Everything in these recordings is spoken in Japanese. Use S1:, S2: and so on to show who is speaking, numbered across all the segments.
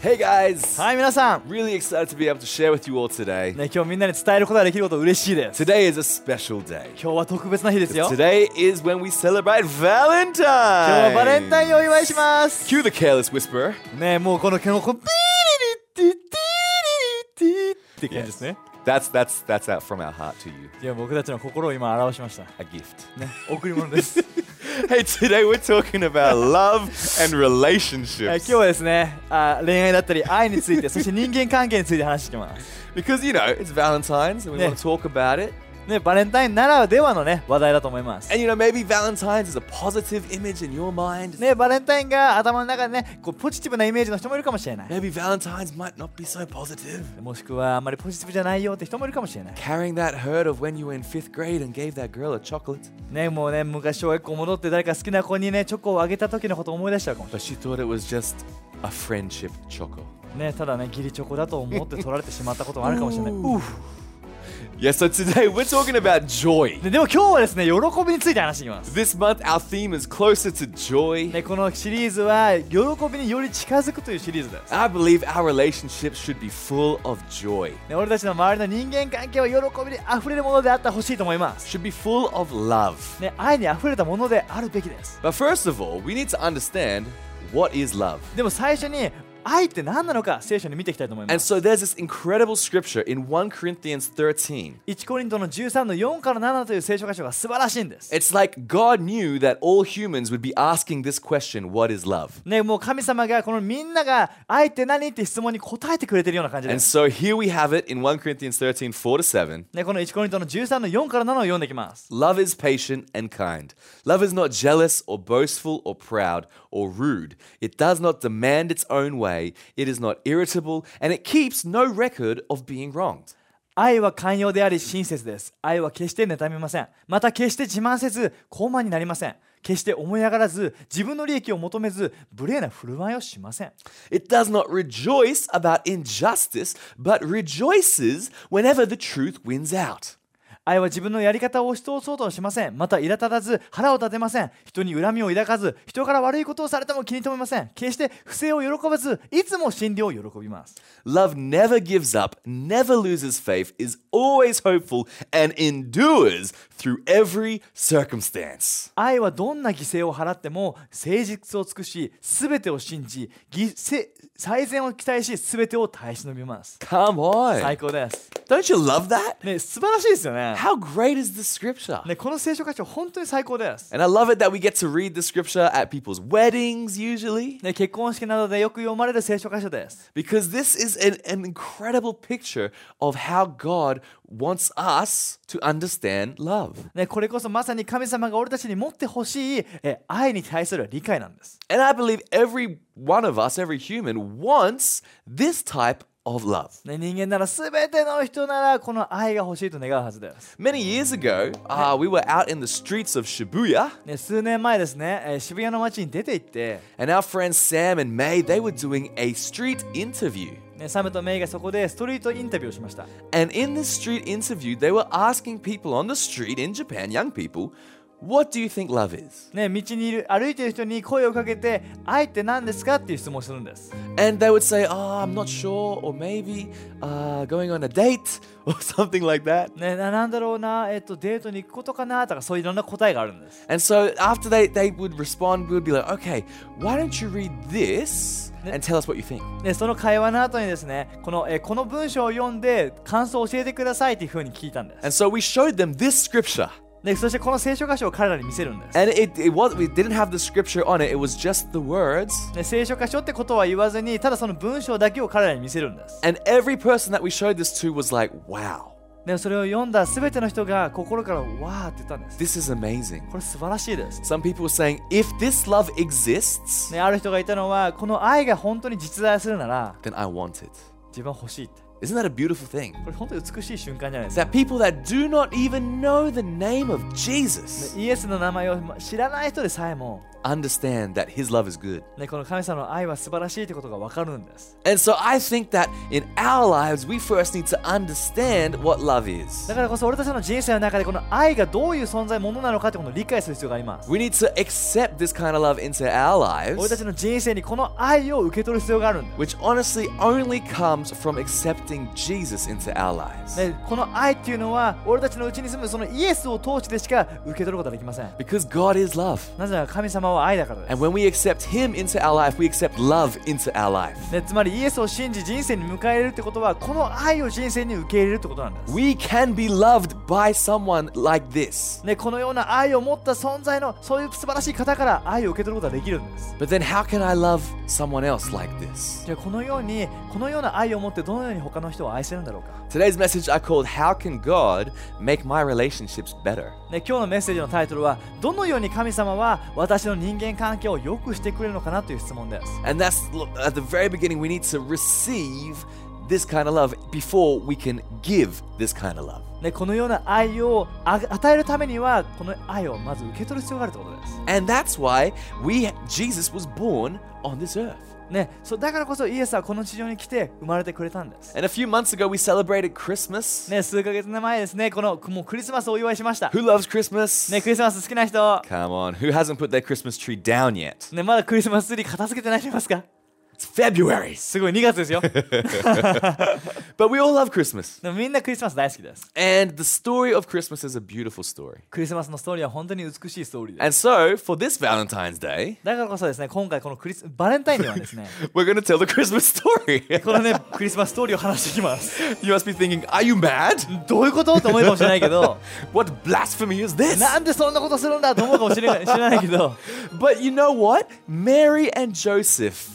S1: Hey guys!
S2: はい皆さん、
S1: Really excited to be able to share with you all today.
S2: ね、今日みんなに伝えることができること嬉しいです
S1: Today is a special day.
S2: 今日は特別な日ですよ今日
S1: Today is when we celebrate Valentine's!
S2: はバレンタインをお祝いします
S1: Cue the careless whisper.
S2: ねもうこのキノコビリリティティリリティって感じですね
S1: That's that's that's out from our heart to you.
S2: いや僕たちの心を今表しました
S1: A gift.
S2: ね贈り物です
S1: Hey, today we're talking about love and
S2: え
S1: relationships.
S2: 今日はですねあ恋愛だったり愛についてそして人間関係について話していきます
S1: Because you know, it's Valentine's and we
S2: Yeah.
S1: want to talk about it.
S2: ねバレンタインならではのね話題だと思います
S1: And you know, maybe Valentine's is a positive image in your mind.
S2: ねバレンタインが頭の中でねこうポジティブなイメージの人もいるかもしれない
S1: Maybe Valentine's might not be so positive.
S2: もしくはあんまりポジティブじゃないよって人もいるかもしれない
S1: Carrying that hurt of when you were in fifth grade and gave that girl a chocolate,
S2: ねもうね昔小学校戻って誰か好きな子にねチョコをあげた時のことを思い出しちゃうかもしれ
S1: but she thought it was just a friendship choco.
S2: ないねただね義理チョコだと思って取られてしまったこともあるかもしれない うふ
S1: Yeah, so today we're talking about joy.
S2: ででも今日はですね喜びについて話していきます
S1: This month our theme is closer to joy.
S2: ねこのシリーズは喜びにより近づくというシリーズです、
S1: I believe our relationships should be full of joy,
S2: ね、俺たちの周りの人間関係は喜びにあふれるものであってほしいと思います
S1: should be full of love.
S2: ね愛にあふれたものであるべきです
S1: But first of all, we need to understand what is love.
S2: でも最初に愛って何なのか聖書に見ていきたいと思いま
S1: And
S2: す
S1: so there's this incredible scripture in 1 Corinthians 13.
S2: 1コリントの13の4から7という聖書箇所が素晴らしいんです
S1: It's like God knew that all humans would be asking this question, what is love?
S2: ね、もう神様がこのみんなが愛って何って質問に答えてくれてるような感じで
S1: And
S2: す。
S1: so here we have it in 1 Corinthians 13, 4 to 7.
S2: ね、この1コリントの13の4から7を読んでいきます。
S1: Love is patient and kind. Love is not jealous or boastful or proud or rude. It does not demand its own way. It is not irritable and it keeps no record of being wronged.
S2: 愛は寛容であり親切です。愛は決して妬みません。また決して自慢せず、高慢になりません。決して思い上がらず、自分の利益を求めず、無礼な振る舞いをしません。
S1: It does not rejoice about injustice, but rejoices whenever the truth wins out.
S2: 愛は自分のやり方を押し通そうとはしません。また苛立たず、腹を立てません。人に恨みを抱かず、人から悪いことをされても気に留めません。決して不正を喜ばず、いつも真理を喜びます。
S1: Love never gives up, never loses faith, is always hopeful, and endures through every circumstance.
S2: 愛はどんな犠牲を払っても誠実を尽くし全てを信じ犠牲最善を期待し全てを耐え忍びます
S1: Come on.
S2: 最高です、
S1: Don't you love that?
S2: ね、素晴らしいですよね
S1: How great is the scripture?
S2: ねこの聖書箇所本当に最高です、
S1: And I love it that we get to read the scripture at people's weddings usually
S2: ね、結婚式などでよく読まれる聖書箇所です
S1: because this is an, an incredible picture of how God wants us to understand love.
S2: ね、これこそまさに神様が俺たちに持ってほしいえ愛に対する理解なんです、
S1: And I believe every one of us, every human, wants this type of love.
S2: ね、人間なら全ての人ならこの愛が欲しいと願うはずです、
S1: Many years ago, uh, we were out in the streets of Shibuya
S2: ね、数年前ですね、え渋谷の街に出て行って、
S1: and our friends Sam and May, they were doing a street interview.
S2: ね、サムとメイがそこでストリートインタビューをしました
S1: And in this street interview, they were asking people on the street in Japan, young people, what do you think love is?
S2: ね、道にいる歩いてる人に声をかけて「愛って何ですか?」っていう質問をするんです、
S1: And they would say, oh, I'm not sure, or maybe uh, going on a date, or something like that.
S2: ね、ななんだろうな、えっと、デートに行くことかなとかそういういろんな答えがあるんです
S1: And so after they, they would respond, we would be like, okay, why don't you read this and tell us what you think?
S2: でその会話の後にですねこのえーこの文章を読んで感想を教えてくださいっていうふうに聞いたんで
S1: And
S2: す
S1: so we showed them this scripture.
S2: でそしてこの聖書箇所を彼らに見せるんです、
S1: And it, it was we didn't have the scripture on it, it was just the words.
S2: ね、聖書箇所ってことは言わずにただその文章だけを彼らに見せるんです、
S1: And every person that we showed this to was like, wow,
S2: ね、それを読んだ全ての人が心から「わー」って言ったんです
S1: this is amazing.
S2: これ素晴らしいです、
S1: Some people were saying, if this love exists,
S2: ね、ある人がいたのはこの愛が本当に実在するなら
S1: then I want it.
S2: 自分は欲しいって
S1: Isn't that a beautiful thing?
S2: これ本当に美しい瞬間じゃないで
S1: It's
S2: す
S1: that
S2: か
S1: people that do not even know the name of Jesus
S2: イエスの名前をま知らない人でさえも、
S1: understand that his love is good.
S2: ね、この神様の愛は素晴らしいということが分かるんです
S1: And so I think that in our lives, we first need to understand what love is.
S2: だからこそ俺たちの人生の中でこの愛がどういう存在ものなのかってことを理解する必要があります
S1: We need to accept this kind of love into our
S2: 俺たち
S1: lives,
S2: の人生にこの愛を受け取る必要があるんだ
S1: which honestly only comes from accepting Jesus into our lives.
S2: ね、この愛っていうのは俺たちのうちに住むそのイエスを通してしか受け取ることはできません
S1: Because God is love.
S2: なぜなら神様は愛だからで
S1: And
S2: す、
S1: when we accept Him into our life, we accept love into our life.
S2: ね、つまりイエスを信じ人生に迎え入れるってことはこの愛を人生に受け入れるってことなんです、
S1: We can be loved by someone like this.
S2: ね、このような愛を持った存在のそういう素晴らしい方から愛を受け取ることができるんです
S1: But then, how can I love someone else like this?
S2: じゃあこのようにこのような愛を持ってどのように他の人を愛せるんだろうか
S1: Today's message I called How Can God Make My Relationships Better?
S2: ね、今日のメッセージのタイトルはどのように神様は私の人間関係を良くしてくれるのかなという質問です
S1: And that's look, at the very beginning, we need to receive this kind of love before we can give this kind of love.
S2: ね、このような愛をあ与えるためにはこの愛をまず受け取る必要があるということです、
S1: And that's why we Jesus was born on this earth.
S2: ね、そうだからこそイエスはこの地上に来て生まれてくれたんです、
S1: And a few months ago, we celebrated Christmas.
S2: ね、数ヶ月前ですねこのもうクリスマスをお祝いしました、
S1: Who loves Christmas?
S2: ね、クリスマス好きな人、
S1: Come on, who hasn't put their Christmas tree down yet?
S2: ね、まだクリスマスツリー片付けてない人いますか
S1: It's February.
S2: すごい2月ですよで
S1: But we all love Christmas.
S2: もみんなクリスマス大好きです
S1: And the story of Christmas is a beautiful story.
S2: クリスマスのストーリーは本当に美しいストーリーです
S1: And so, for this Valentine's Day,
S2: だからこそですね今回このクリスバレンタインにはですね
S1: we're going to tell the Christmas story.
S2: このね、クリスマスストーリーを話していきます。
S1: you must be thinking, are you mad?
S2: どういうことと思うかもしれないけど、
S1: What blasphemy is this?
S2: なんでそんなことするんだと思うかもしれない 知らないけど、
S1: But you know what? Mary and Joseph,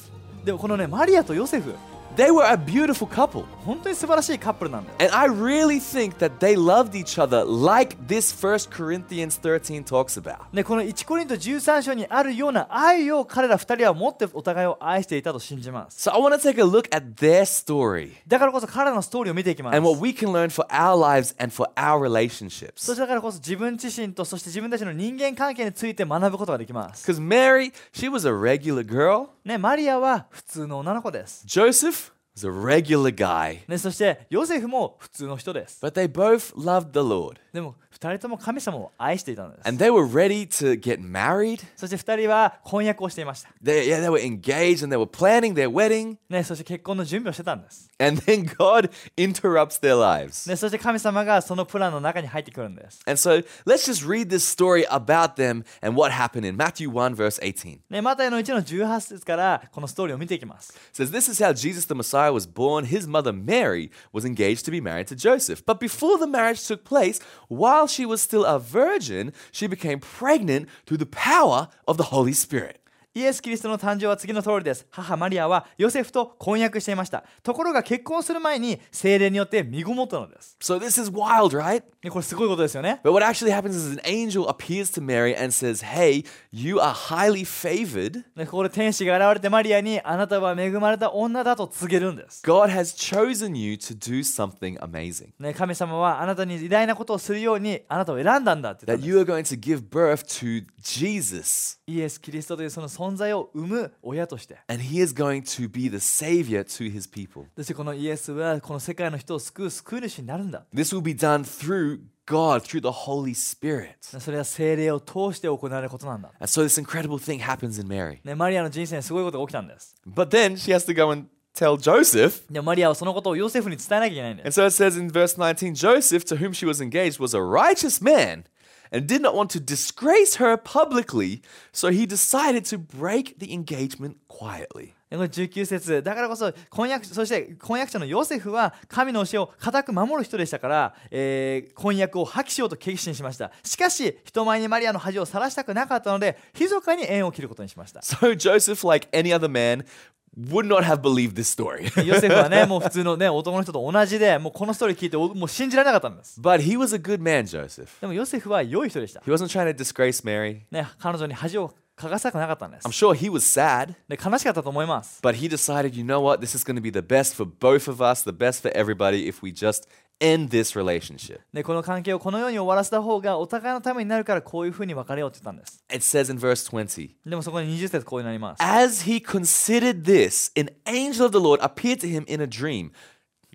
S2: でもこのね、マリアとヨセフ、
S1: they were a beautiful couple.
S2: 本当に素晴らしいカップルなんだよ。
S1: And I really think that they loved each other like this 1 Corinthians 13 talks about.
S2: ね、この1コリント13章にあるような愛を彼ら2人は持ってお互いを愛していたと信じます。
S1: So I want to take a look at their story
S2: だからこそ彼らのストーリーを見ていきます
S1: and。what we can learn for our lives and for our
S2: そ
S1: relationships.
S2: してだからこそ自分自身とそして自分たちの人間関係について学ぶことができます。
S1: Because Mary, she was a regular girl.
S2: ね、マリアは普通の女の子です。
S1: Joseph was a regular guy.
S2: ね、そしてヨセフも普通の人です。
S1: But they both loved the Lord.
S2: でも2人とも神様を愛していたんです。
S1: And they were ready to get married.
S2: そして2人は婚約をしていました。
S1: They, yeah, they were engaged and they were planning their wedding.
S2: ね、そして結婚の準備をしてたんです。
S1: And then God interrupts their lives.
S2: ね、そして神様がそのプランの中に入ってくるんです。
S1: And so let's just read this story about them and what happened in Matthew 1, verse 18.
S2: ね、マタイの1の18節からこのストーリーを見ていきます。
S1: It says, This is how Jesus the Messiah was born. His mother Mary was engaged to be married to Joseph. But before the marriage took place, while she was still a virgin, she became pregnant through the power of the Holy Spirit.
S2: イエス・キリストの誕生は次の通りです。母マリアはヨセフと婚約していました。ところが結婚する前に精霊によって身ごもったのです。
S1: So this is wild, right?
S2: ね、これすごいことですよね。
S1: But what actually happens is an angel appears to Mary and says, Hey, you are highly favored.
S2: ね、ここで天使が現れてマリアにあなたは恵まれた女だと告げるんです。
S1: God has chosen you to do something amazing.
S2: ね、神様はあなたに偉大なことをするようにあなたを選んだんだって言っ
S1: That
S2: たんです
S1: you are going to give birth to Jesus.
S2: イエス・キリストというその存在を生む親として
S1: And he is going to be the savior to his people.
S2: そしてこのイエスはこの世界の人を救う救い主になるんだ
S1: This will be done through God, through the Holy Spirit.
S2: それは精霊を通して行われることなんだ、
S1: And so this incredible thing happens in Mary.
S2: ね、マリアの人生にすごいことが起きたんです
S1: But then she has to go and tell Joseph.
S2: でマリアはそのことをヨセフに伝えなきゃいけないんです
S1: And so it says in verse 19 Joseph, to whom she was engaged, was a righteous man and did not want to disgrace her publicly, so he decided to break the engagement quietly.
S2: でこれ19節だからこそ婚約そして婚約者のヨセフは神の教えを固く守る人でしたから、えー婚約を破棄しようと決心しましたしかし人前にマリアの恥を晒したくなかったので密かに縁を切ることにしました
S1: So Joseph, like any other man, would not have believed this story.
S2: ヨセフはねもう普通のね男の人と同じでもうこのストーリー聞いておもう信じられなかったんです
S1: but he was a good man, Joseph.
S2: でもヨセフは良い人でした。
S1: He wasn't trying to disgrace Mary.
S2: ね、彼女に恥を嗅がせたくなかったんです
S1: I'm sure he was sad,
S2: で悲しかったと思います
S1: but he decided, you know what, this is going to be the best for both of us, the best for everybody if we just end this relationship.
S2: でこの関係をこのように終わらせた方がお互いのためになるからこういうふうに別れようって言ったんです
S1: It says in verse 20,
S2: でもそこに20節こうなります
S1: as he considered this, an angel of the Lord appeared to him in a dream.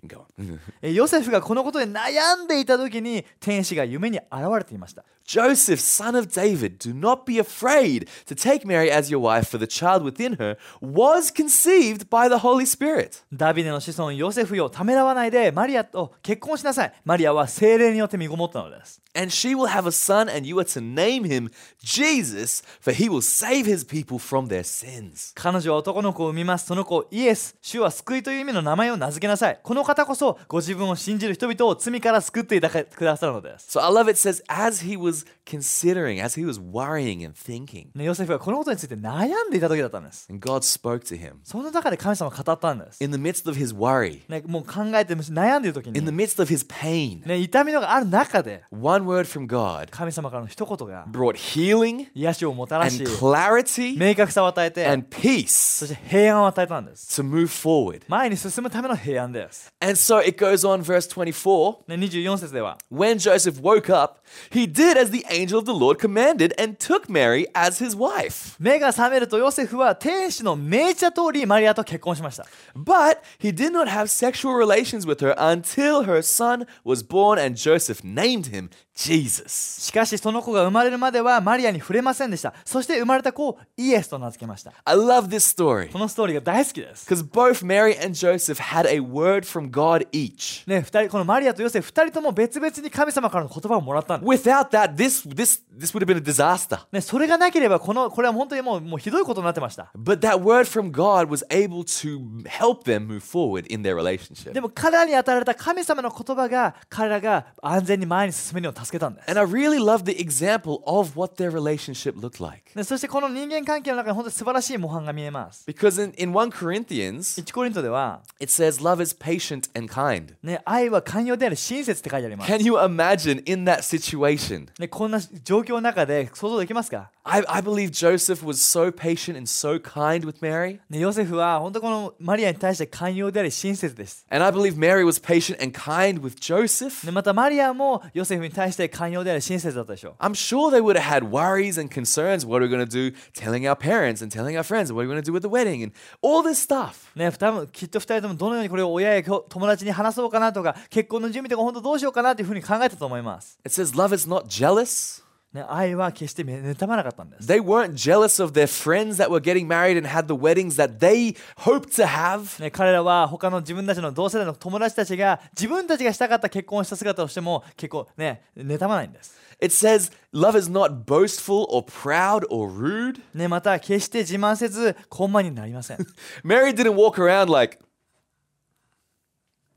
S1: Go on.
S2: えヨセフがこのことで悩んでいた時に天使が夢に現れていました
S1: Joseph, son of David, do not be afraid to take Mary as your wife, for the child within her was conceived by the Holy Spirit.
S2: ダビデの子孫ヨセフよためらわないでマリアと結婚しなさいマリアは精霊によって身ごもったのです
S1: And she will have a son, and you are to name him Jesus, for he will save his people from their sins.
S2: 彼女は男の子を産みますその子をイエス主は救いという意味の名前を名付けなさいこの方こそご自分を信じる人々を罪から救っていただけくださるのです、
S1: So I love it says, as he was considering, as he was worrying and thinking,
S2: ね、ヨセフがこのことについて悩んでいた時だったんです
S1: and God spoke to him
S2: その中で神様は語ったんです、
S1: in the midst of his worry,
S2: ね、もう考えて悩んでいる時
S1: in the
S2: に、
S1: midst of his pain.
S2: ね、痛みのがある中で
S1: One word from God
S2: 神様からの一言が
S1: brought healing
S2: 癒しをもたらし
S1: and clarity
S2: 明確さを与えて
S1: and peace.
S2: そして平安を与えたんです
S1: to move forward.
S2: 前に進むための平安です、
S1: And so it goes on, verse 24.
S2: ね、24節では
S1: When Joseph woke up, he did as the angel of the Lord commanded and took Mary as his wife.
S2: 目が覚めるとヨセフは天使の命じた通りマリアと結婚しました
S1: But he did not have sexual relations with her until her son was born and Joseph named him Jesus.
S2: しかしその子が生まれるまではマリアに触れませんでしたそして生まれた子をイエスと名付けました
S1: I love this story
S2: このストーリーが大好きです
S1: because both Mary and Joseph had a word from God each.
S2: ね二人このマリアとヨセフ2人とも別々に神様からの言葉をもらったんです
S1: Without that, this, this, this would have been a disaster.
S2: ね、それがなければこのこれは本当にもうもうひどいことになってました
S1: But that word from God was able to help them move forward in their relationship.
S2: でも彼らに与えられた神様の言葉が彼らが安全に前に進めるのを助けたんです
S1: And I really love the example of what their relationship looked like.
S2: でそしてこの人間関係の中に本当に素晴らしい模範が見えます
S1: Because in, in 1 Corinthians,
S2: 1コリントでは、
S1: it says, Love is patient and kind.
S2: ね、愛は寛容である親切って書いてあります、
S1: Can you imagine in that situation?
S2: ね、こんな状況の中で想像できますか
S1: I, I believe Joseph was so patient and so kind with Mary.
S2: ね、ヨセフは本当このマリアに対して寛容であり親切です。
S1: And I believe Mary was patient and kind with Joseph.
S2: ね、またマリアもヨセフに対して寛容であり親切だったでしょ
S1: I'm sure they would have had worries and concerns. What are we going to do? Telling our parents and telling our friends. What are we going to do with the wedding? And all this stuff.
S2: う。ね、多分きっと2人ともどのようにこれを親や友達に話そうかなとか結婚の準備とか本当どうしようかなというふうに考えたと思います。
S1: It says, Love is not jealous.
S2: ね、愛は決して妬まなかったんです。
S1: They weren't jealous of their friends that were getting married and had the weddings that they hoped to have.
S2: ね、彼らは他の自分たちの同世代の友達たちが自分たちがしたかった結婚をした姿をしても結構ね妬まないんです、
S1: It says, love is not boastful or proud or rude.
S2: ね、また決して自慢せず高慢になりません
S1: Mary didn't walk around like,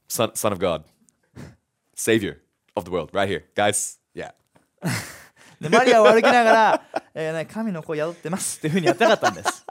S1: son, son of God, savior of the world, right here. Guys, yeah.
S2: でマリアを歩きながら、 えーね、神の子宿ってますっていうふうにやってなかったんです、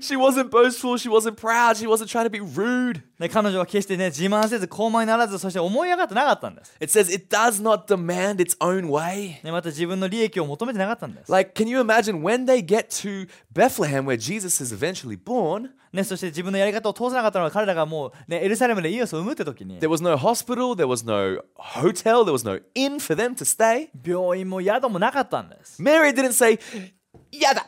S1: She wasn't boastful. She wasn't proud. She wasn't trying to be rude.
S2: ね、彼女は決してね自慢せず高慢にならずそして思い上がってなかったんです、
S1: It says, it does not demand its own way.
S2: ね、また自分の利益を求めてなかったんです、
S1: Like, can you imagine when they get to Bethlehem, where Jesus is eventually born?
S2: ね、そして自分のやり方を通さなかったのは彼らがもう、ね、エルサレムでイエスを産むって時に
S1: There was no hospital, there was no hotel, there was no inn for them to stay.
S2: 病院も宿もなかったんです
S1: Mary didn't say, Yada!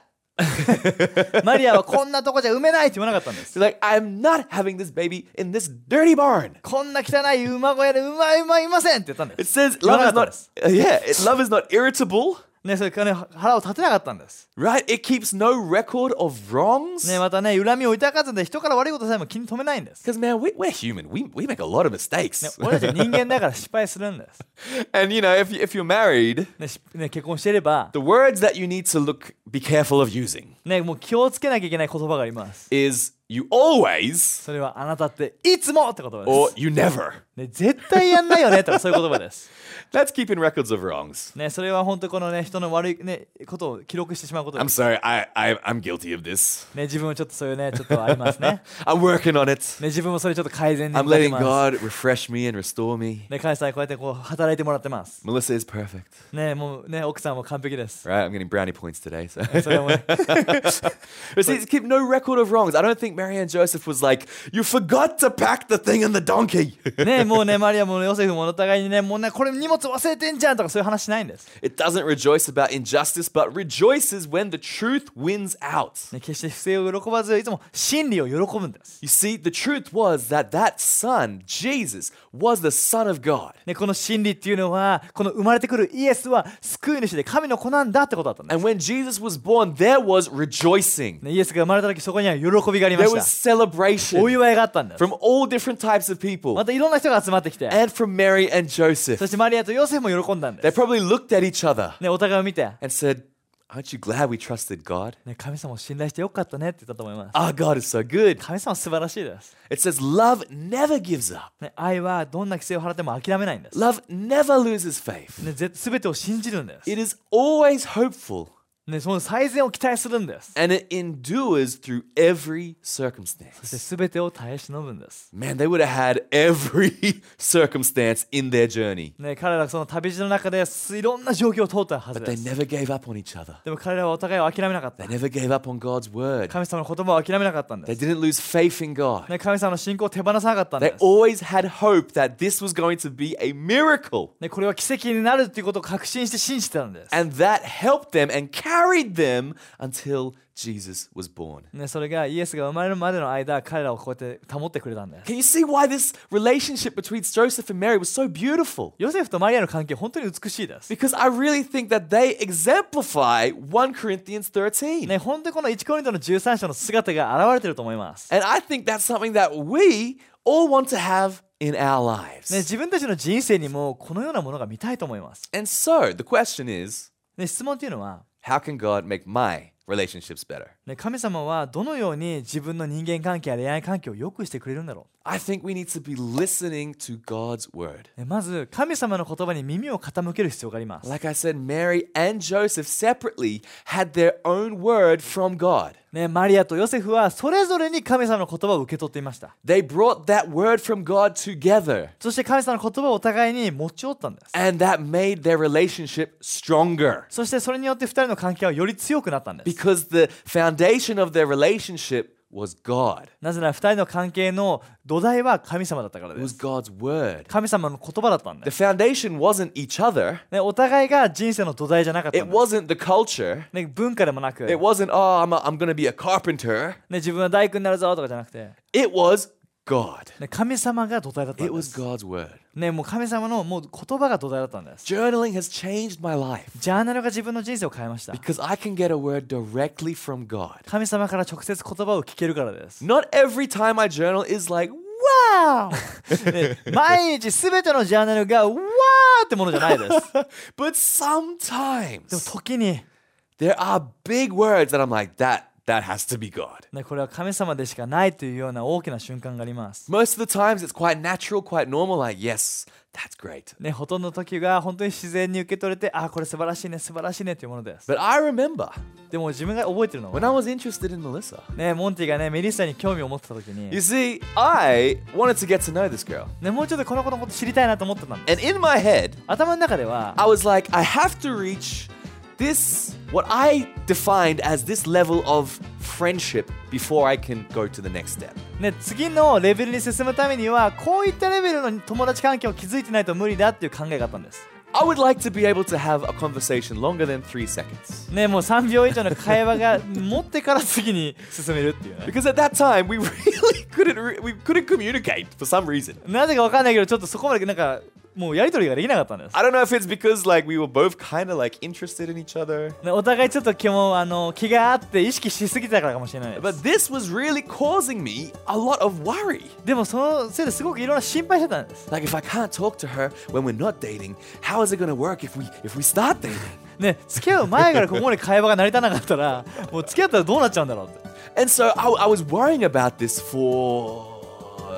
S2: マリアはこんなとこじゃ産めないって言わなかったんです
S1: She's like, I'm not having this baby in this dirty barn.
S2: こんな汚い馬小屋でうまいうまいませんって言ったんで
S1: It
S2: す。
S1: says love is not uh, yeah, it, love is not irritable,
S2: ね、それからね、腹を立てなかったんです。
S1: right? It keeps no record of wrongs.
S2: ね、またね、恨みを抱かずで人から悪いことさえも気に留めないんです。
S1: Because man, we, we're human. We, we make a lot of
S2: ね
S1: mistakes.
S2: 俺たち人間だから失敗するんです。
S1: and you know, if you, if you're married,
S2: ね、しね結婚していれば、
S1: the words that you need to look be careful of using
S2: ね、もう気をつけなきゃいけない言葉があります。
S1: is you always
S2: それはあなたっていつもって言葉
S1: or
S2: です、
S1: you never.
S2: ね、絶対やんないよねとかそういう言葉です、
S1: That's keeping records of wrongs.
S2: ね、それは本当このね人の悪い、ね、ことを記録してしまうことで
S1: I'm
S2: す、
S1: sorry, I, I, I'm guilty of this.
S2: ね、自分もちょっとそういうねちょっとありま すね
S1: I'm working on it.
S2: ね自分もそれちょっと改善に
S1: I'm
S2: 向かって
S1: letting
S2: ます
S1: God refresh me and restore me.
S2: ね、彼さんにこうやってこう働いてもらってます。
S1: Melissa is perfect.
S2: ね、もうね、奥さんも完璧です。
S1: Right, I'm getting brownie points today. So.
S2: それもね、
S1: But see, it's keep no record of wrongs. I don't think Marianne Joseph was like, you forgot to pack the thing in the donkey.
S2: ね、もうね、マリアもヨセフもお互いにね、もうね、これ荷物忘れてんじゃんとかそういう話しないんです。
S1: It doesn't rejoice about injustice, but rejoices when the truth wins out.
S2: ね、決して不正を喜ばず、いつも真理を喜ぶんです。
S1: You see, the truth was that that son, Jesus, was the Son of God.
S2: ね、この真理っていうのは、この生まれてくるイエスは救い主で神の子なんだってことだったんで
S1: And when Jesus was born, there was
S2: す。
S1: rejoicing,
S2: ね、イエスが生まれた時そこには喜びがありま
S1: there
S2: し
S1: was
S2: た。お
S1: celebration
S2: 祝いがあったんです。
S1: from all different types of
S2: ま
S1: people
S2: たいろんな人が集まってきて、
S1: and from Mary and
S2: そ
S1: Joseph.
S2: してマリアとヨセフも喜んだんで
S1: They
S2: す。
S1: probably looked at each other
S2: ね、お互いを見て、
S1: and said, Aren't you glad we trusted God?
S2: ね、神様を信頼してよかったねって言ったと思います。
S1: Our God is so good.
S2: 神様素晴らしいです。
S1: It says, Love never gives up,
S2: ね、愛はどんな規制を払っても諦めないんです。
S1: love never loses faith.
S2: ね、ぜ全てを信じるんです、
S1: It is always hopeful
S2: ね。その最善を期待するんです。
S1: and it endures through every
S2: そし
S1: circumstance.
S2: て全てを耐え忍ぶんです。
S1: Man, they would have had every circumstance in their journey.
S2: ね、彼らはその旅路の中ですいろんな状況を通ったはず
S1: But
S2: で
S1: they
S2: す。
S1: never gave up on each other.
S2: でも彼らはお互いを諦めなかった
S1: They。never gave up on God's word.
S2: 神様の言葉を諦めなかったん
S1: They
S2: です。
S1: didn't lose faith in God.
S2: ね、神様の信仰を手放さなかったん
S1: They
S2: です。
S1: always had hope that this was going to be a miracle.
S2: ね、これは奇跡になるということを確信して信じてたんです。
S1: And that helped them and carried them until Jesus was born.
S2: ね、それがイエスが生まれるまでの間、彼らをこうやって保ってくれたんです。
S1: Can you see why this relationship between Joseph and Mary was so beautiful?
S2: ヨセフとマリアの関係、本当に美しいです。
S1: Because I really think that they exemplify 1 Corinthians 13.
S2: ね、本当にこの1コリントの13章の姿が現れてると思います。
S1: And I think that's something that we all want to have in our
S2: ね、
S1: lives.
S2: 自分たちの人生にもこのようなものが見たいと思います。
S1: And so the question is
S2: ね、質問っていうのは、
S1: how can God make my relationships better?
S2: ね、神様はどのように自分の人間関係や恋愛関係を良くしてくれるんだろ
S1: I think we need to be listening to God's word.
S2: う、ね、まず神様の言葉に耳を傾ける必要があります、
S1: Like I said, Mary and Joseph separately had their own word from God.
S2: ね、マリアとヨセフはそれぞれに神様の言葉を受け取っていました
S1: They brought that word from God together,
S2: そして神様の言葉をお互いに持ち寄ったんです
S1: and that made their relationship stronger
S2: そしてそれによって2人の関係はより強くなったんです
S1: because the foundation of their relationship was God.
S2: なぜなら2人の関係の土台は神様だったから
S1: It
S2: で
S1: was
S2: す
S1: God's word.
S2: 神様の言葉だったん
S1: The
S2: です、
S1: foundation wasn't each other,
S2: ね、お互いが人生の土台じゃなかった
S1: it
S2: んです、
S1: wasn't the culture.
S2: ね、文化でもなく
S1: It wasn't, oh, I'm, a, I'm going to be a carpenter.
S2: ね、自分は大工になるぞとかじゃなくて、
S1: It was God.
S2: ね、神様が土台だった
S1: It
S2: んで
S1: was
S2: す。
S1: God's word.
S2: ね、もう神様のもう言葉が土台だったんです。
S1: Journaling has changed my life.
S2: ジャーナルが自分の人生を変えました。
S1: Because I can get a word directly from God.
S2: 神様から直接言葉を聞けるから です。
S1: Not every time I journal is like, wow,
S2: ね、毎日すべてのジャーナルがうわーってものじゃないです。
S1: but
S2: でも
S1: sometimes
S2: 時に、
S1: there are big words that I'm like, that, that has to be God.
S2: ね、これは神様でしかないというような大きな瞬間があります。
S1: Most of the times it's quite natural, quite normal, like, yes, that's great.
S2: ね、ほとんどの時が本当に自然に受け取れて、あ、これ素晴らしいね、素晴らしいねというものです。
S1: But I remember
S2: でも自分が覚えてるの
S1: when I
S2: は、
S1: was interested in Melissa.
S2: ね、モンティがね、メリッサに興味を持ってた時に
S1: You、see, I wanted to get to know this girl.
S2: ね、もうちょっとこの子のこと知りたいなと思ってたんです
S1: And in my head,
S2: 頭の中では
S1: I was like, I have to reach this, what I defined as this level of friendship before I can go to the next step.
S2: ね、次のレベルに進むためにはこういったレベルの友達関係を築いてないと無理だっていう考えがあったんです
S1: I would like to be able to have a conversation longer than three seconds.
S2: ねもう3秒以上の会話が持ってから次に進めるっていうね
S1: Because at that time, we really couldn't, re- we couldn't communicate for some reason.
S2: なぜかわかんないけどちょっとそこまでなんかもうやり取りができなかったんです
S1: I don't know if it's because like we were both kind of like interested in each other.
S2: ねお互いちょっと気もあの気があって意識しすぎてたからかもしれないです
S1: But this was really causing me a lot of worry.
S2: でもそのせいですごくいろんな心配してたんです
S1: Like if I can't talk to her when we're not dating, how is it going to work if we if we start dating?
S2: ね付き合う前からここまで会話が成り立たなかったらもう付き合ったらどうなっちゃうんだろうって
S1: And so I, I was worrying about this for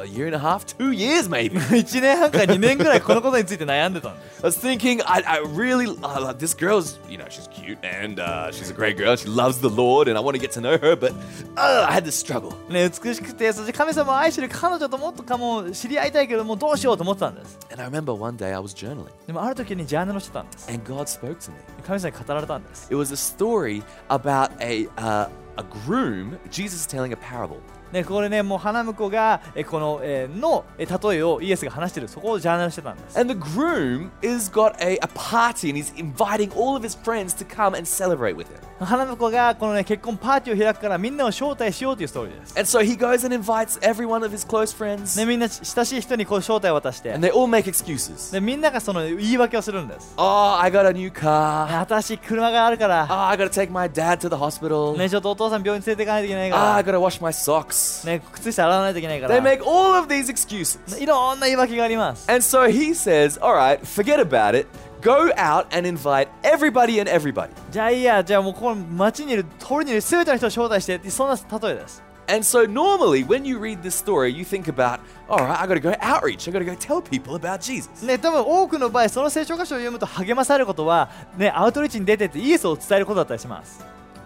S1: a year and a half, two years maybe.
S2: 1年半か2年ぐらいこのことについて悩んでたんです
S1: I was thinking, I, I really I like this girl's, you know, she's cute and uh, she's a great girl. She loves the Lord, and I want to get to know her, but uh, I had this struggle.
S2: ね美しくてそして神様を愛してる彼女ともっとかも知り合いたいけどもうどうしようと思ってたんです
S1: And I remember one day I was journaling,
S2: でもある時にジャーナルをしてたんです
S1: and God spoke to me.
S2: 神様に語られたんです
S1: It was a story about a uh, a groom. Jesus is telling a parable,
S2: ねここでねもう花婿がえこの、えーのえ例えをイエスが話してるそこをジャーナルしてたんです
S1: and the groom is got a, a party, and he's inviting all of his friends to come and celebrate with him.
S2: 花婿がこのね結婚パーティーを開くからみんなを招待しようというストーリーです
S1: And so he goes and invites every one of his close friends,
S2: ねみんな親しい人にこう招待を渡して
S1: and they all make excuses.
S2: でみんながその言い訳をするんです
S1: Oh, I got a new car.
S2: あ私車があるか
S1: Oh,
S2: ら
S1: I got to take my dad to the hospital.
S2: ねちょっとお父さん病院に連れていかないといけないか
S1: Ah, I gotta
S2: ら
S1: wash my socks.
S2: ね靴下洗わないといけないか
S1: They
S2: ら
S1: make all of these excuses.
S2: いろんな言い訳があります
S1: And so he says, all right, forget about it. Go out and invite everybody and everybody.
S2: じゃあいいやじゃあもうこの街にいる通りにいる全ての人を招待してってそんな例えです
S1: And so normally when you read this story, you think about, all right, I gotta go outreach. I gotta go tell people about Jesus.
S2: ね多分多くの場合その聖書箇所を読むと励まされることはねアウトリーチに出てってイエスを伝えることだったりします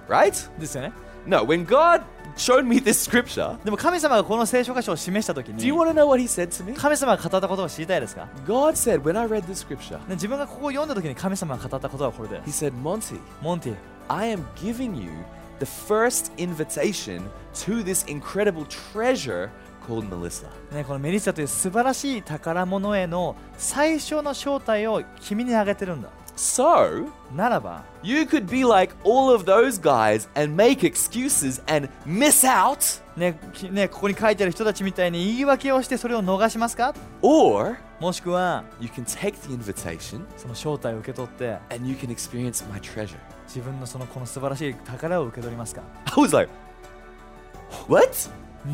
S1: Right?
S2: ですよね
S1: No, when God showed me this scripture,
S2: でも神様がこの聖書箇所を示した時
S1: do you
S2: に
S1: wanna know what he said to me?
S2: 神様が語ったことを知りたいですか、ね、
S1: God said, when I read this scripture,
S2: 自分がここを読んだ時に神様が語ったことはこれで
S1: he
S2: す
S1: said, Monty,
S2: モンティ
S1: I am giving you the first invitation to this incredible treasure called Melissa.
S2: ね、このメリッサという素晴らしい宝物への最初の正体を君にあげてるんだ
S1: So,
S2: ならば
S1: You could be like all of those guys and make excuses and miss out,
S2: ねきねここに書いてある人たちみたいに言い訳をしてそれを逃しますか
S1: or
S2: もしくは
S1: you can take the invitation
S2: その正体を受け取って
S1: and you can experience my treasure.
S2: 自分のそのこの素晴らしい宝を受け取りますか
S1: I was like, What?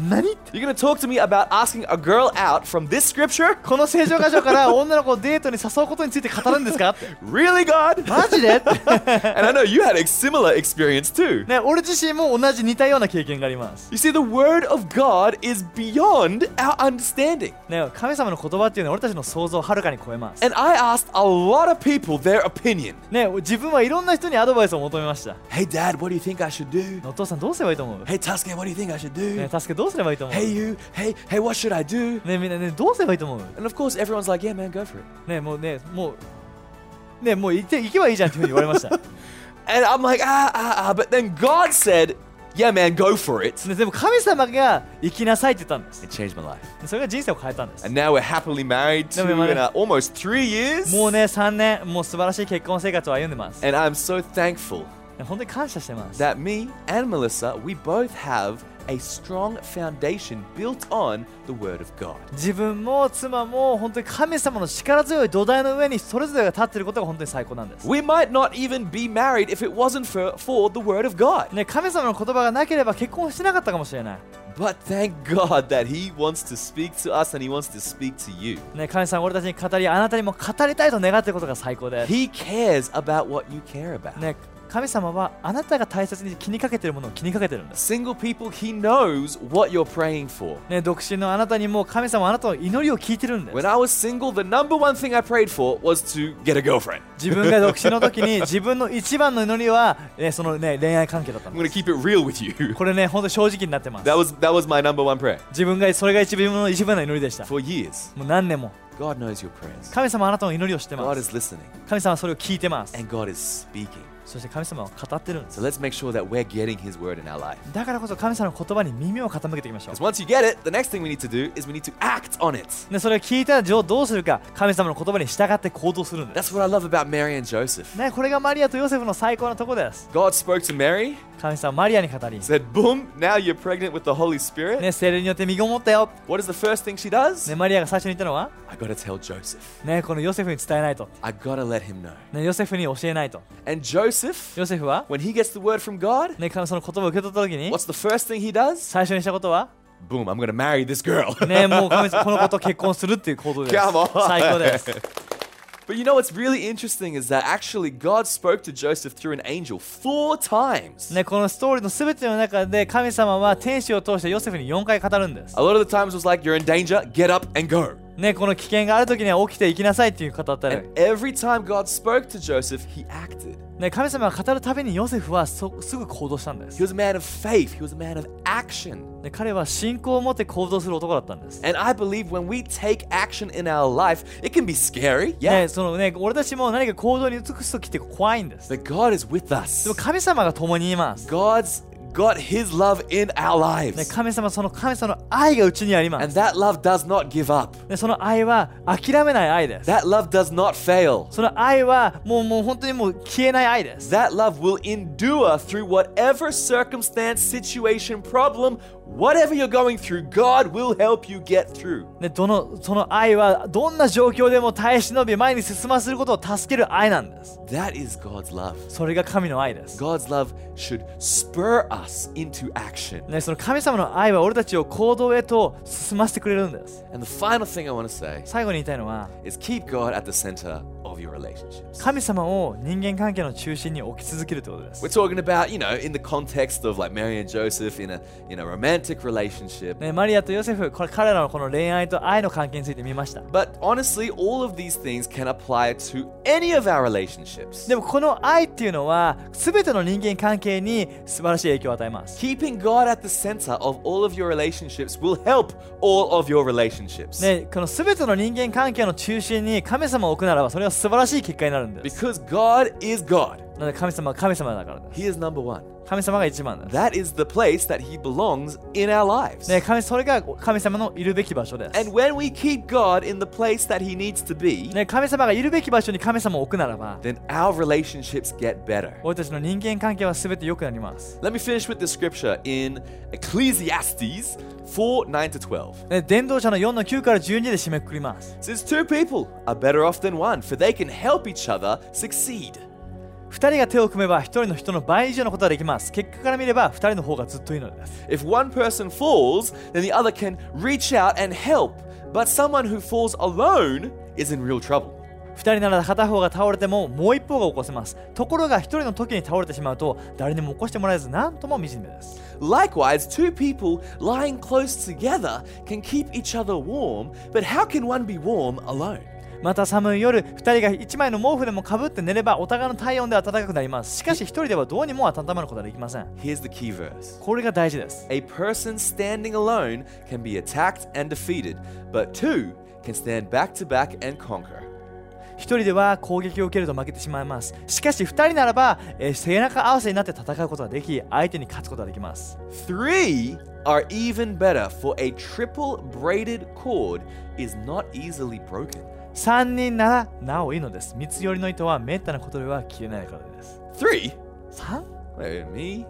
S2: 何
S1: You're gonna talk to me about asking a girl out from this scripture?
S2: この聖書箇所から女の子をデートに誘うことについて語るんですか
S1: Really, God?
S2: マジで
S1: and I know you had a similar experience too.
S2: ね俺自身も同じ似たような経験があります
S1: You see, the word of God is beyond our understanding.
S2: ね神様の言葉っていうのは俺たちの想像をはるかに超えます、
S1: And I asked a lot of people their opinion.
S2: ね、自分はいろんな人にアドバイスを求めました
S1: Hey, Dad, what do you think I should do?
S2: お父さんどうすればいいと思う
S1: Hey, Tuscan, what do you think I should
S2: ね
S1: do?
S2: 助けどうすればいいと思う
S1: hey you, hey, hey, what should I do?
S2: ねみんなねどうすればいいと思う
S1: And of course, everyone's like, yeah, man, go for it.
S2: ねもうねもうねもう行って行けばいいじゃんっていうふうに言われました ね
S1: And I'm like, ah, ah, ah. But then God said, yeah, man, go for it.
S2: でも神様が行きなさいって言ったんです
S1: It changed my life.
S2: それが人生を変えたんです
S1: And now we're happily married to
S2: No, man, man.
S1: in, uh, almost three years.
S2: もうね3年もう素晴らしい結婚生活を歩んでます
S1: And I'm so thankful
S2: 本当に感謝してます、
S1: that me and Melissa, we both have a strong foundation built on the Word of God.
S2: 自分も妻も本当に神様の力強い土台の上にそれぞれが立っていることが本当に最高なんです、
S1: We might not even be married if it wasn't for, for the Word of God.
S2: ね、神様の言葉がなければ結婚してなかったかもしれない、
S1: But thank God that He wants to speak to us and He wants to speak to you.
S2: ね、神様俺たちに語りあなたにも語りたいと願っていることが最高です、
S1: He cares about what you care about.
S2: ね、神様はあなたが大切に気にかけているものを気にかけてるんです、
S1: Single people, he knows what you're praying for.
S2: ね、独身のあなたにも神様はあなたの祈りを聞いてるんです
S1: When I was single, the number one thing I prayed for was to get a girlfriend.
S2: 自分が独身の時に 自分の一番の祈りは、ね、そのね恋愛関係だった
S1: I'm
S2: んで
S1: gonna
S2: す
S1: keep it real with you.
S2: これね本当に正直になってます
S1: That was that was my number one prayer
S2: 自分がそれが一番の一番の祈りでした
S1: for years.
S2: もう何年も
S1: God knows your prayers.
S2: 神様はあなたの祈りを知ってま
S1: God
S2: す
S1: is listening
S2: 神様はそれを聞いてます
S1: and God is speaking.
S2: そして神様は語ってるんです
S1: So let's make sure that we're getting his word in our life.
S2: だからこそ神様の言葉に耳を傾けていきましょ
S1: Because once you get it, the next thing we need to do is we need to act on it.
S2: うでそれを聞いたらどうどうするか神様の言葉に従って行動するんです、
S1: That's what I love about Mary and Joseph.
S2: ね、これがマリアとヨセフの最高なとこです
S1: God spoke to Mary,
S2: 神様はマリアに語り、
S1: said, Boom, now you're pregnant with the Holy Spirit.
S2: ね、聖霊によって身ごもったよ、
S1: What is the first thing she does?
S2: ね、マリアが最初に言ったのは、
S1: I gotta tell Joseph.
S2: ね、このヨセフに伝えないと、
S1: I gotta let him know.
S2: ね、ヨセフに教えないと
S1: And Joseph,
S2: ヨセフは、
S1: when he gets the word from God,
S2: ね、神様の言葉を受け取った時に
S1: what's the first thing he does?
S2: 最初にしたことは
S1: Boom, I'm gonna marry this girl.
S2: ね、もう神様この子と結婚するっていう行動です。
S1: Come on.
S2: 最高です。
S1: But you know what's really interesting is that actually God spoke to Joseph through an angel four times.
S2: ね、このストーリーの全ての中で神様は天使を通してヨセフに4回語るんです、
S1: A lot of the times it was like, you're in danger, get up and go.
S2: ね、この危険がある時には起きていきなさいっていう語ったり、
S1: And every time God spoke to Joseph, he acted.
S2: ね、神様が語るたびにヨセフはそすぐ行動したんです
S1: He、was a man of faith, he was a man of action.
S2: ね、彼は信仰を持って行動する男だったんです、
S1: And I believe when we take action in our life, it can be scary, yeah.
S2: ね、そのね俺たちも何か行動に移す時って怖いんですで
S1: But God is with us.
S2: も神様が共にいます、
S1: God's got his love in our
S2: ね、
S1: lives.
S2: 神様その神様の愛がうちにありま
S1: And
S2: す
S1: that love does not give up.
S2: でその愛は諦めない愛です
S1: That love does not fail.
S2: その愛はもうもう本当にもう消えない愛です。
S1: That love will endure through whatever circumstance, situation, problem, whatever you're going through, God will help you get through.
S2: ね、どのその愛はどんな状況でも耐え忍び前に進ませることを助ける愛なんです。
S1: That is God's love.
S2: それが神の愛です。
S1: God's love should spur us into action.
S2: ね、その神様の愛は俺たちを行動へと進ませてくれるんです。
S1: And the final thing I want to say
S2: 最後に言いたいのは
S1: is keep God at the center of your relationships.
S2: 神様を人間関係の中心に置き続けるということで
S1: We're
S2: す。
S1: talking about, you know, in the context of like Mary and Joseph in a in a romantic relationship.
S2: ね、マリアとヨセフこれ彼らのこの恋愛と愛の関係について見ました。
S1: But honestly, all of these things can apply to any of our relationships.
S2: でもこの愛っていうのは全ての人間関係に素晴らしい影響を与えます。
S1: Keeping God at the center of all of your relationships will help all of your relationships.
S2: ね、この全ての人間関係の中心に神様を置くならばそれは素晴らしい結果になるんです。
S1: Because God is God.
S2: なので神様は神様だからです。
S1: He is number one.
S2: 神様が一番です。
S1: That is the place that He belongs in our lives.
S2: ね、神それが神様のいるべき場所で
S1: And
S2: す。
S1: when we keep God in the place that He needs to be,
S2: ね、神様がいるべき場所に神様を置くならば
S1: then our relationships get better.
S2: 俺たちの人間関係は全て良くなります。
S1: Let me finish with this scripture in Ecclesiastes 4 9 to 12.
S2: ね、伝道者の4の9から12で締めくくります。
S1: It says, Two people are better off than one, for they can help each other succeed.
S2: 2人が手を組めば1人の人の倍以上のことができます。結果から見れば2人の方がずっといいのです。
S1: If one person falls, then the other can reach out and help. But someone who falls alone is in real trouble.
S2: 2人なら片方が倒れてももう一方が起こせます。ところが1人の時に倒れてしまうと誰にも起こしてもらえず何とも惨めです。
S1: Likewise, two people lying close together can keep each other warm, but how can one be warm alone?
S2: また寒い夜2人が1枚の毛布でもかぶって寝ればお互いの体温で暖かくなりますしかし1人ではどうにも温まることはできません
S1: Here's the key verse
S2: これが大事です
S1: A person standing alone can be attacked and defeated, but two can stand back to back and conquer.
S2: 1人では攻撃を受けると負けてしまいますしかし2人ならば、えー背中合わせになって戦うことができ相手に勝つことができます
S1: Three are even better, for a triple braided cord is not easily broken.
S2: 3人ならなおいいのです三つ寄りの糸はめったなことでは切れないからです
S1: Three?
S2: 3?
S1: Wait, me?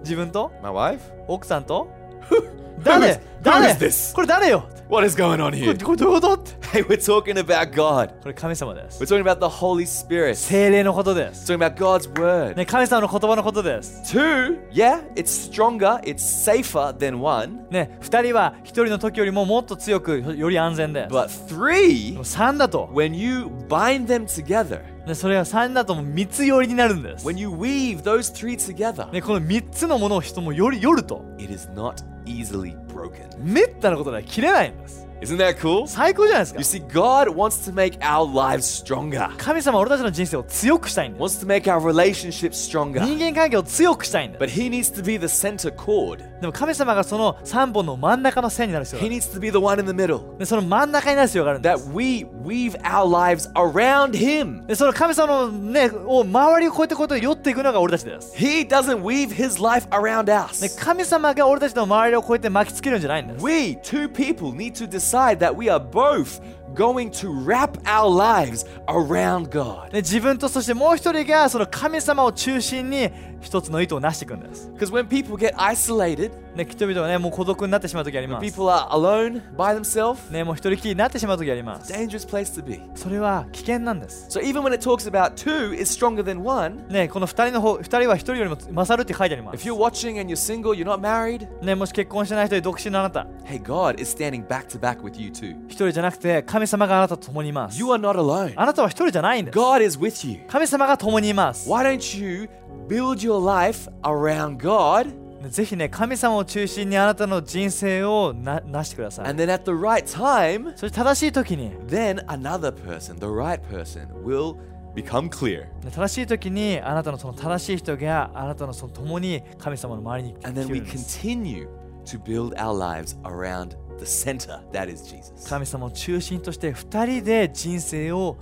S2: 自分と
S1: My wife?
S2: 奥さん と
S1: Who
S2: 誰
S1: is- who
S2: 誰
S1: is this?
S2: これ誰よ
S1: What is going on
S2: これ
S1: here?
S2: これどういうこと
S1: Hey, we're talking about God.
S2: これ神様で
S1: We're
S2: す
S1: talking about the Holy Spirit. We're
S2: 精霊のことです、
S1: talking about God's Word.
S2: ね、神様の言葉のことです
S1: Two, yeah, it's stronger, it's safer than one.
S2: ね、2人は1人の時よりももっと強くよより安全で
S1: But three,
S2: 3だと、
S1: when you bind them together,
S2: ね、それは3だともう3つ寄りになるんです、
S1: when
S2: ね、
S1: you weave those three together,
S2: この3つのものを人もより寄ると
S1: it is not easily broken.
S2: めったなことでは切れないんです
S1: Isn't that cool?
S2: 最高じゃないですか
S1: You see, God wants to make our lives stronger,
S2: 神様は俺たちの人生を強くしたいんです
S1: wants to make our relationships stronger.
S2: 人間関係を強くしたいんで
S1: But
S2: す
S1: He needs to be the center cord.
S2: でも神様がその3本の真ん中の線になる必要
S1: He
S2: がある
S1: needs to be the one in the middle.
S2: でその真ん中になる必要があるんで
S1: That
S2: す
S1: we weave our lives around Him.
S2: でその神様のねを周りを超えてこうやって寄っていくのが俺たちです
S1: He doesn't weave His life around
S2: で
S1: us.
S2: 神様が俺たちの周りを超えて巻きつけるんじゃないんです
S1: We, two people, need to decide that we are both going to wrap our lives around God.
S2: で自分とそしてもう一人がその神様を中心に一つの糸をなしていくんです。
S1: Because when people get isolated,
S2: ね、人々はねもう孤独になってしまう時あります。
S1: people are alone by themselves,
S2: ね、もう一人きりになってしまう時あります。
S1: dangerous place to be.
S2: それは危険なんです。
S1: So even when it talks about two is stronger than one,
S2: ね、この二人の方二人は一人よりも勝るって書いてありま
S1: if
S2: す
S1: you're。watching and you're single, you're not married,
S2: ね、もし結婚してない人で独身のあなた、
S1: hey, God is standing back to back with you too.
S2: 一人じゃなくて神様があなたと共にいます
S1: You are not alone.
S2: あなたは一人じゃないんです
S1: God is with you.
S2: 神様が共にいます
S1: Why don't you build your life around God
S2: ぜひね神様を中心にあなたの人生をななしてください
S1: and then at the right time,
S2: そして正しい時に
S1: then another person, the right person, will become clear.
S2: 正しい時にあなたのその正しい人があなたのその共に神様の周りに来
S1: And
S2: て
S1: then we
S2: いるんです
S1: continue to build our lives around the center that is Jesus.
S2: 神様を中心として2人で人生を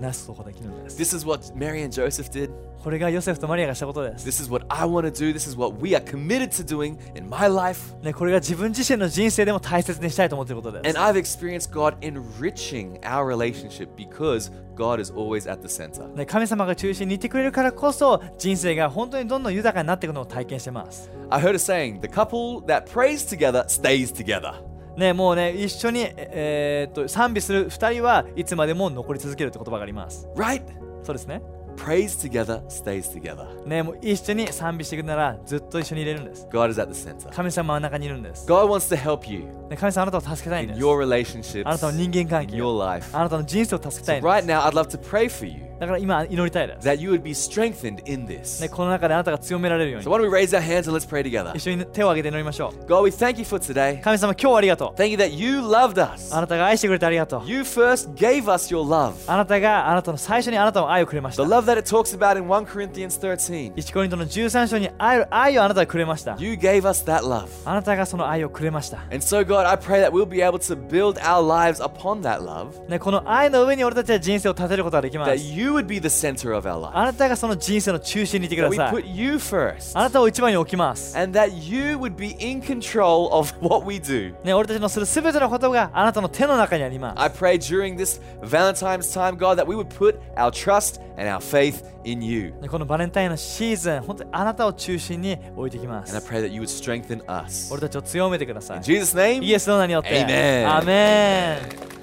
S2: なすことができるんです
S1: This is what Mary and Joseph did.
S2: これがヨセフとマリアがしたことです、
S1: This is what I want to do. This is what we are committed to doing in my life.
S2: ね、これが自分自身の人生でも大切にしたいと思っていることで
S1: And
S2: す
S1: I've experienced God enriching our relationship because God is always at the center.
S2: ね、神様が中心にいてくれるからこそ人生が本当にどんどん豊かになっていくのを体験してます
S1: I heard a saying the couple that prays together stays together.
S2: ね、もうね一緒に、ええーっと賛美する2人はいつまでも残り続けるって言葉があります
S1: Right?
S2: そうですね
S1: Prays together stays together.
S2: ねもう一緒に賛美していくならずっと一緒にいれるんです
S1: God is at the center.
S2: 神様は中にいるんです、
S1: God wants to help you
S2: ね、神様あなたを助けたいん
S1: in
S2: です
S1: your relationships,
S2: あなたの人間関
S1: in
S2: 係
S1: your life.
S2: あなたの人生を助けたい
S1: So
S2: んで
S1: right
S2: す
S1: now, I'd love to pray for you
S2: だから今祈りたいです、
S1: that you would be strengthened in this.
S2: ね、この中であなたが強められるよう
S1: So
S2: に
S1: why don't we raise our hands and let's pray together?
S2: 一緒に手を挙げて祈りましょう
S1: God, we thank you for today.
S2: 神様今日はありがとう
S1: Thank you that you loved us.
S2: あなたが愛してくれてありがとう
S1: You first gave us your love.
S2: あなたがあなたの最初にあなたの愛をくれました
S1: The love that it talks about in 1 Corinthians 13.
S2: 1コリントの13章に愛を愛をあなたがくれました
S1: You gave us that love.
S2: あなたがその愛をくれました、
S1: And so, God, I pray that we'll be able to build our lives upon that love,
S2: ね、この愛の上に俺たちは人生を立てることができま
S1: that
S2: す
S1: you would be the center of our life,
S2: あなたがその人生の中心にいてく
S1: that
S2: だ
S1: we
S2: さ
S1: put
S2: い
S1: you first,
S2: あなたを一番に置きます、
S1: and that you would be in control of what we do.
S2: ね、俺たちのする全てのことがあなたの手の中にあります
S1: I pray during this Valentine's time, God, that we would put our trust and our faith in you.
S2: ねこのバレンタインのシーズン、本当にあなたを中心に置いていきま
S1: And I
S2: す。
S1: pray that you would strengthen us.
S2: 俺たちを強めてください
S1: In。Jesus' name.
S2: イエスの名によって。
S1: Amen.
S2: アメン、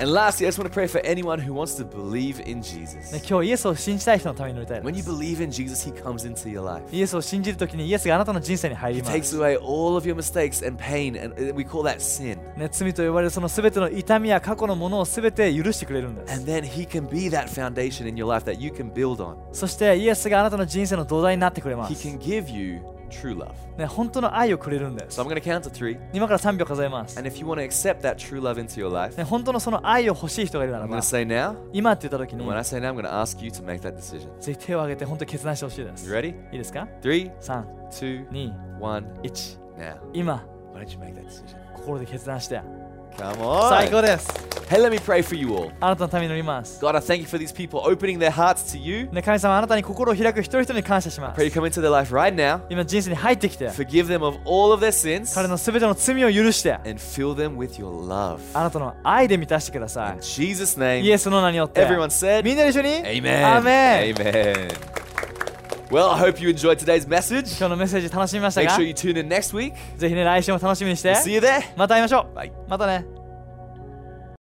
S1: And lastly, I just want to pray for anyone who wants to believe in Jesus.
S2: ね今日イエスを信じたい人のために祈りたい
S1: When you
S2: です。
S1: believe in Jesus, He comes into your life.
S2: イエスを信じるときにイエスがあなたの人生に入
S1: He
S2: りま
S1: takes
S2: す。
S1: away all of your mistakes and pain, and uh, we call that sin.
S2: ね、罪と呼ばれるその全ての痛みや過去のものを全て許してくれるんで
S1: And
S2: す。
S1: then He can be that foundation in your life that you can build on.
S2: そしてイエスがあなたの人生の土台になってくれま
S1: He
S2: す。
S1: can give you true love.
S2: ね、本当の愛をくれるんです
S1: So I'm。going to count to three.
S2: 今から3秒数えます。
S1: And if you want to accept that true love into your life,
S2: ね、本当のその愛を欲しい人がいるなら
S1: I'm
S2: ば
S1: going to、say now.
S2: 今って言ったとき
S1: And
S2: に
S1: when、I say now, I'm going to ask you to make that decision.
S2: ぜひ手を挙げて本当に決断してほしいで
S1: You
S2: す。
S1: ready?
S2: いいですか
S1: Three,
S2: 3、
S1: two,
S2: 2、
S1: one,
S2: 1
S1: now.
S2: 今
S1: Why don't you make that decision?
S2: 心で決断して
S1: Come
S2: 最高
S1: on.
S2: です
S1: Hey, let me pray for you all.
S2: あなたのために乗ります
S1: God, I thank you for these people opening their hearts to you.
S2: ね神様あなたに心を開く一人一人に感謝しま
S1: Pray you
S2: す
S1: come into their life right now,
S2: 今人生に入ってきて
S1: forgive them of all of their sins,
S2: 彼の全ての罪を許してあ
S1: and fill them with your love.
S2: なたの愛で満たしてくださ
S1: In Jesus'
S2: いイエ
S1: name,
S2: スの名によって
S1: everyone said,
S2: みんなで一緒に
S1: Amen.
S2: アーメン
S1: Amen. Well, I hope you enjoyed today's message.
S2: 今日のメッセージ楽しみました
S1: Make
S2: か
S1: sure you tune in next week.
S2: ぜひね来週も楽しみにして
S1: See you there.
S2: また会いましょ
S1: Bye.
S2: うまたね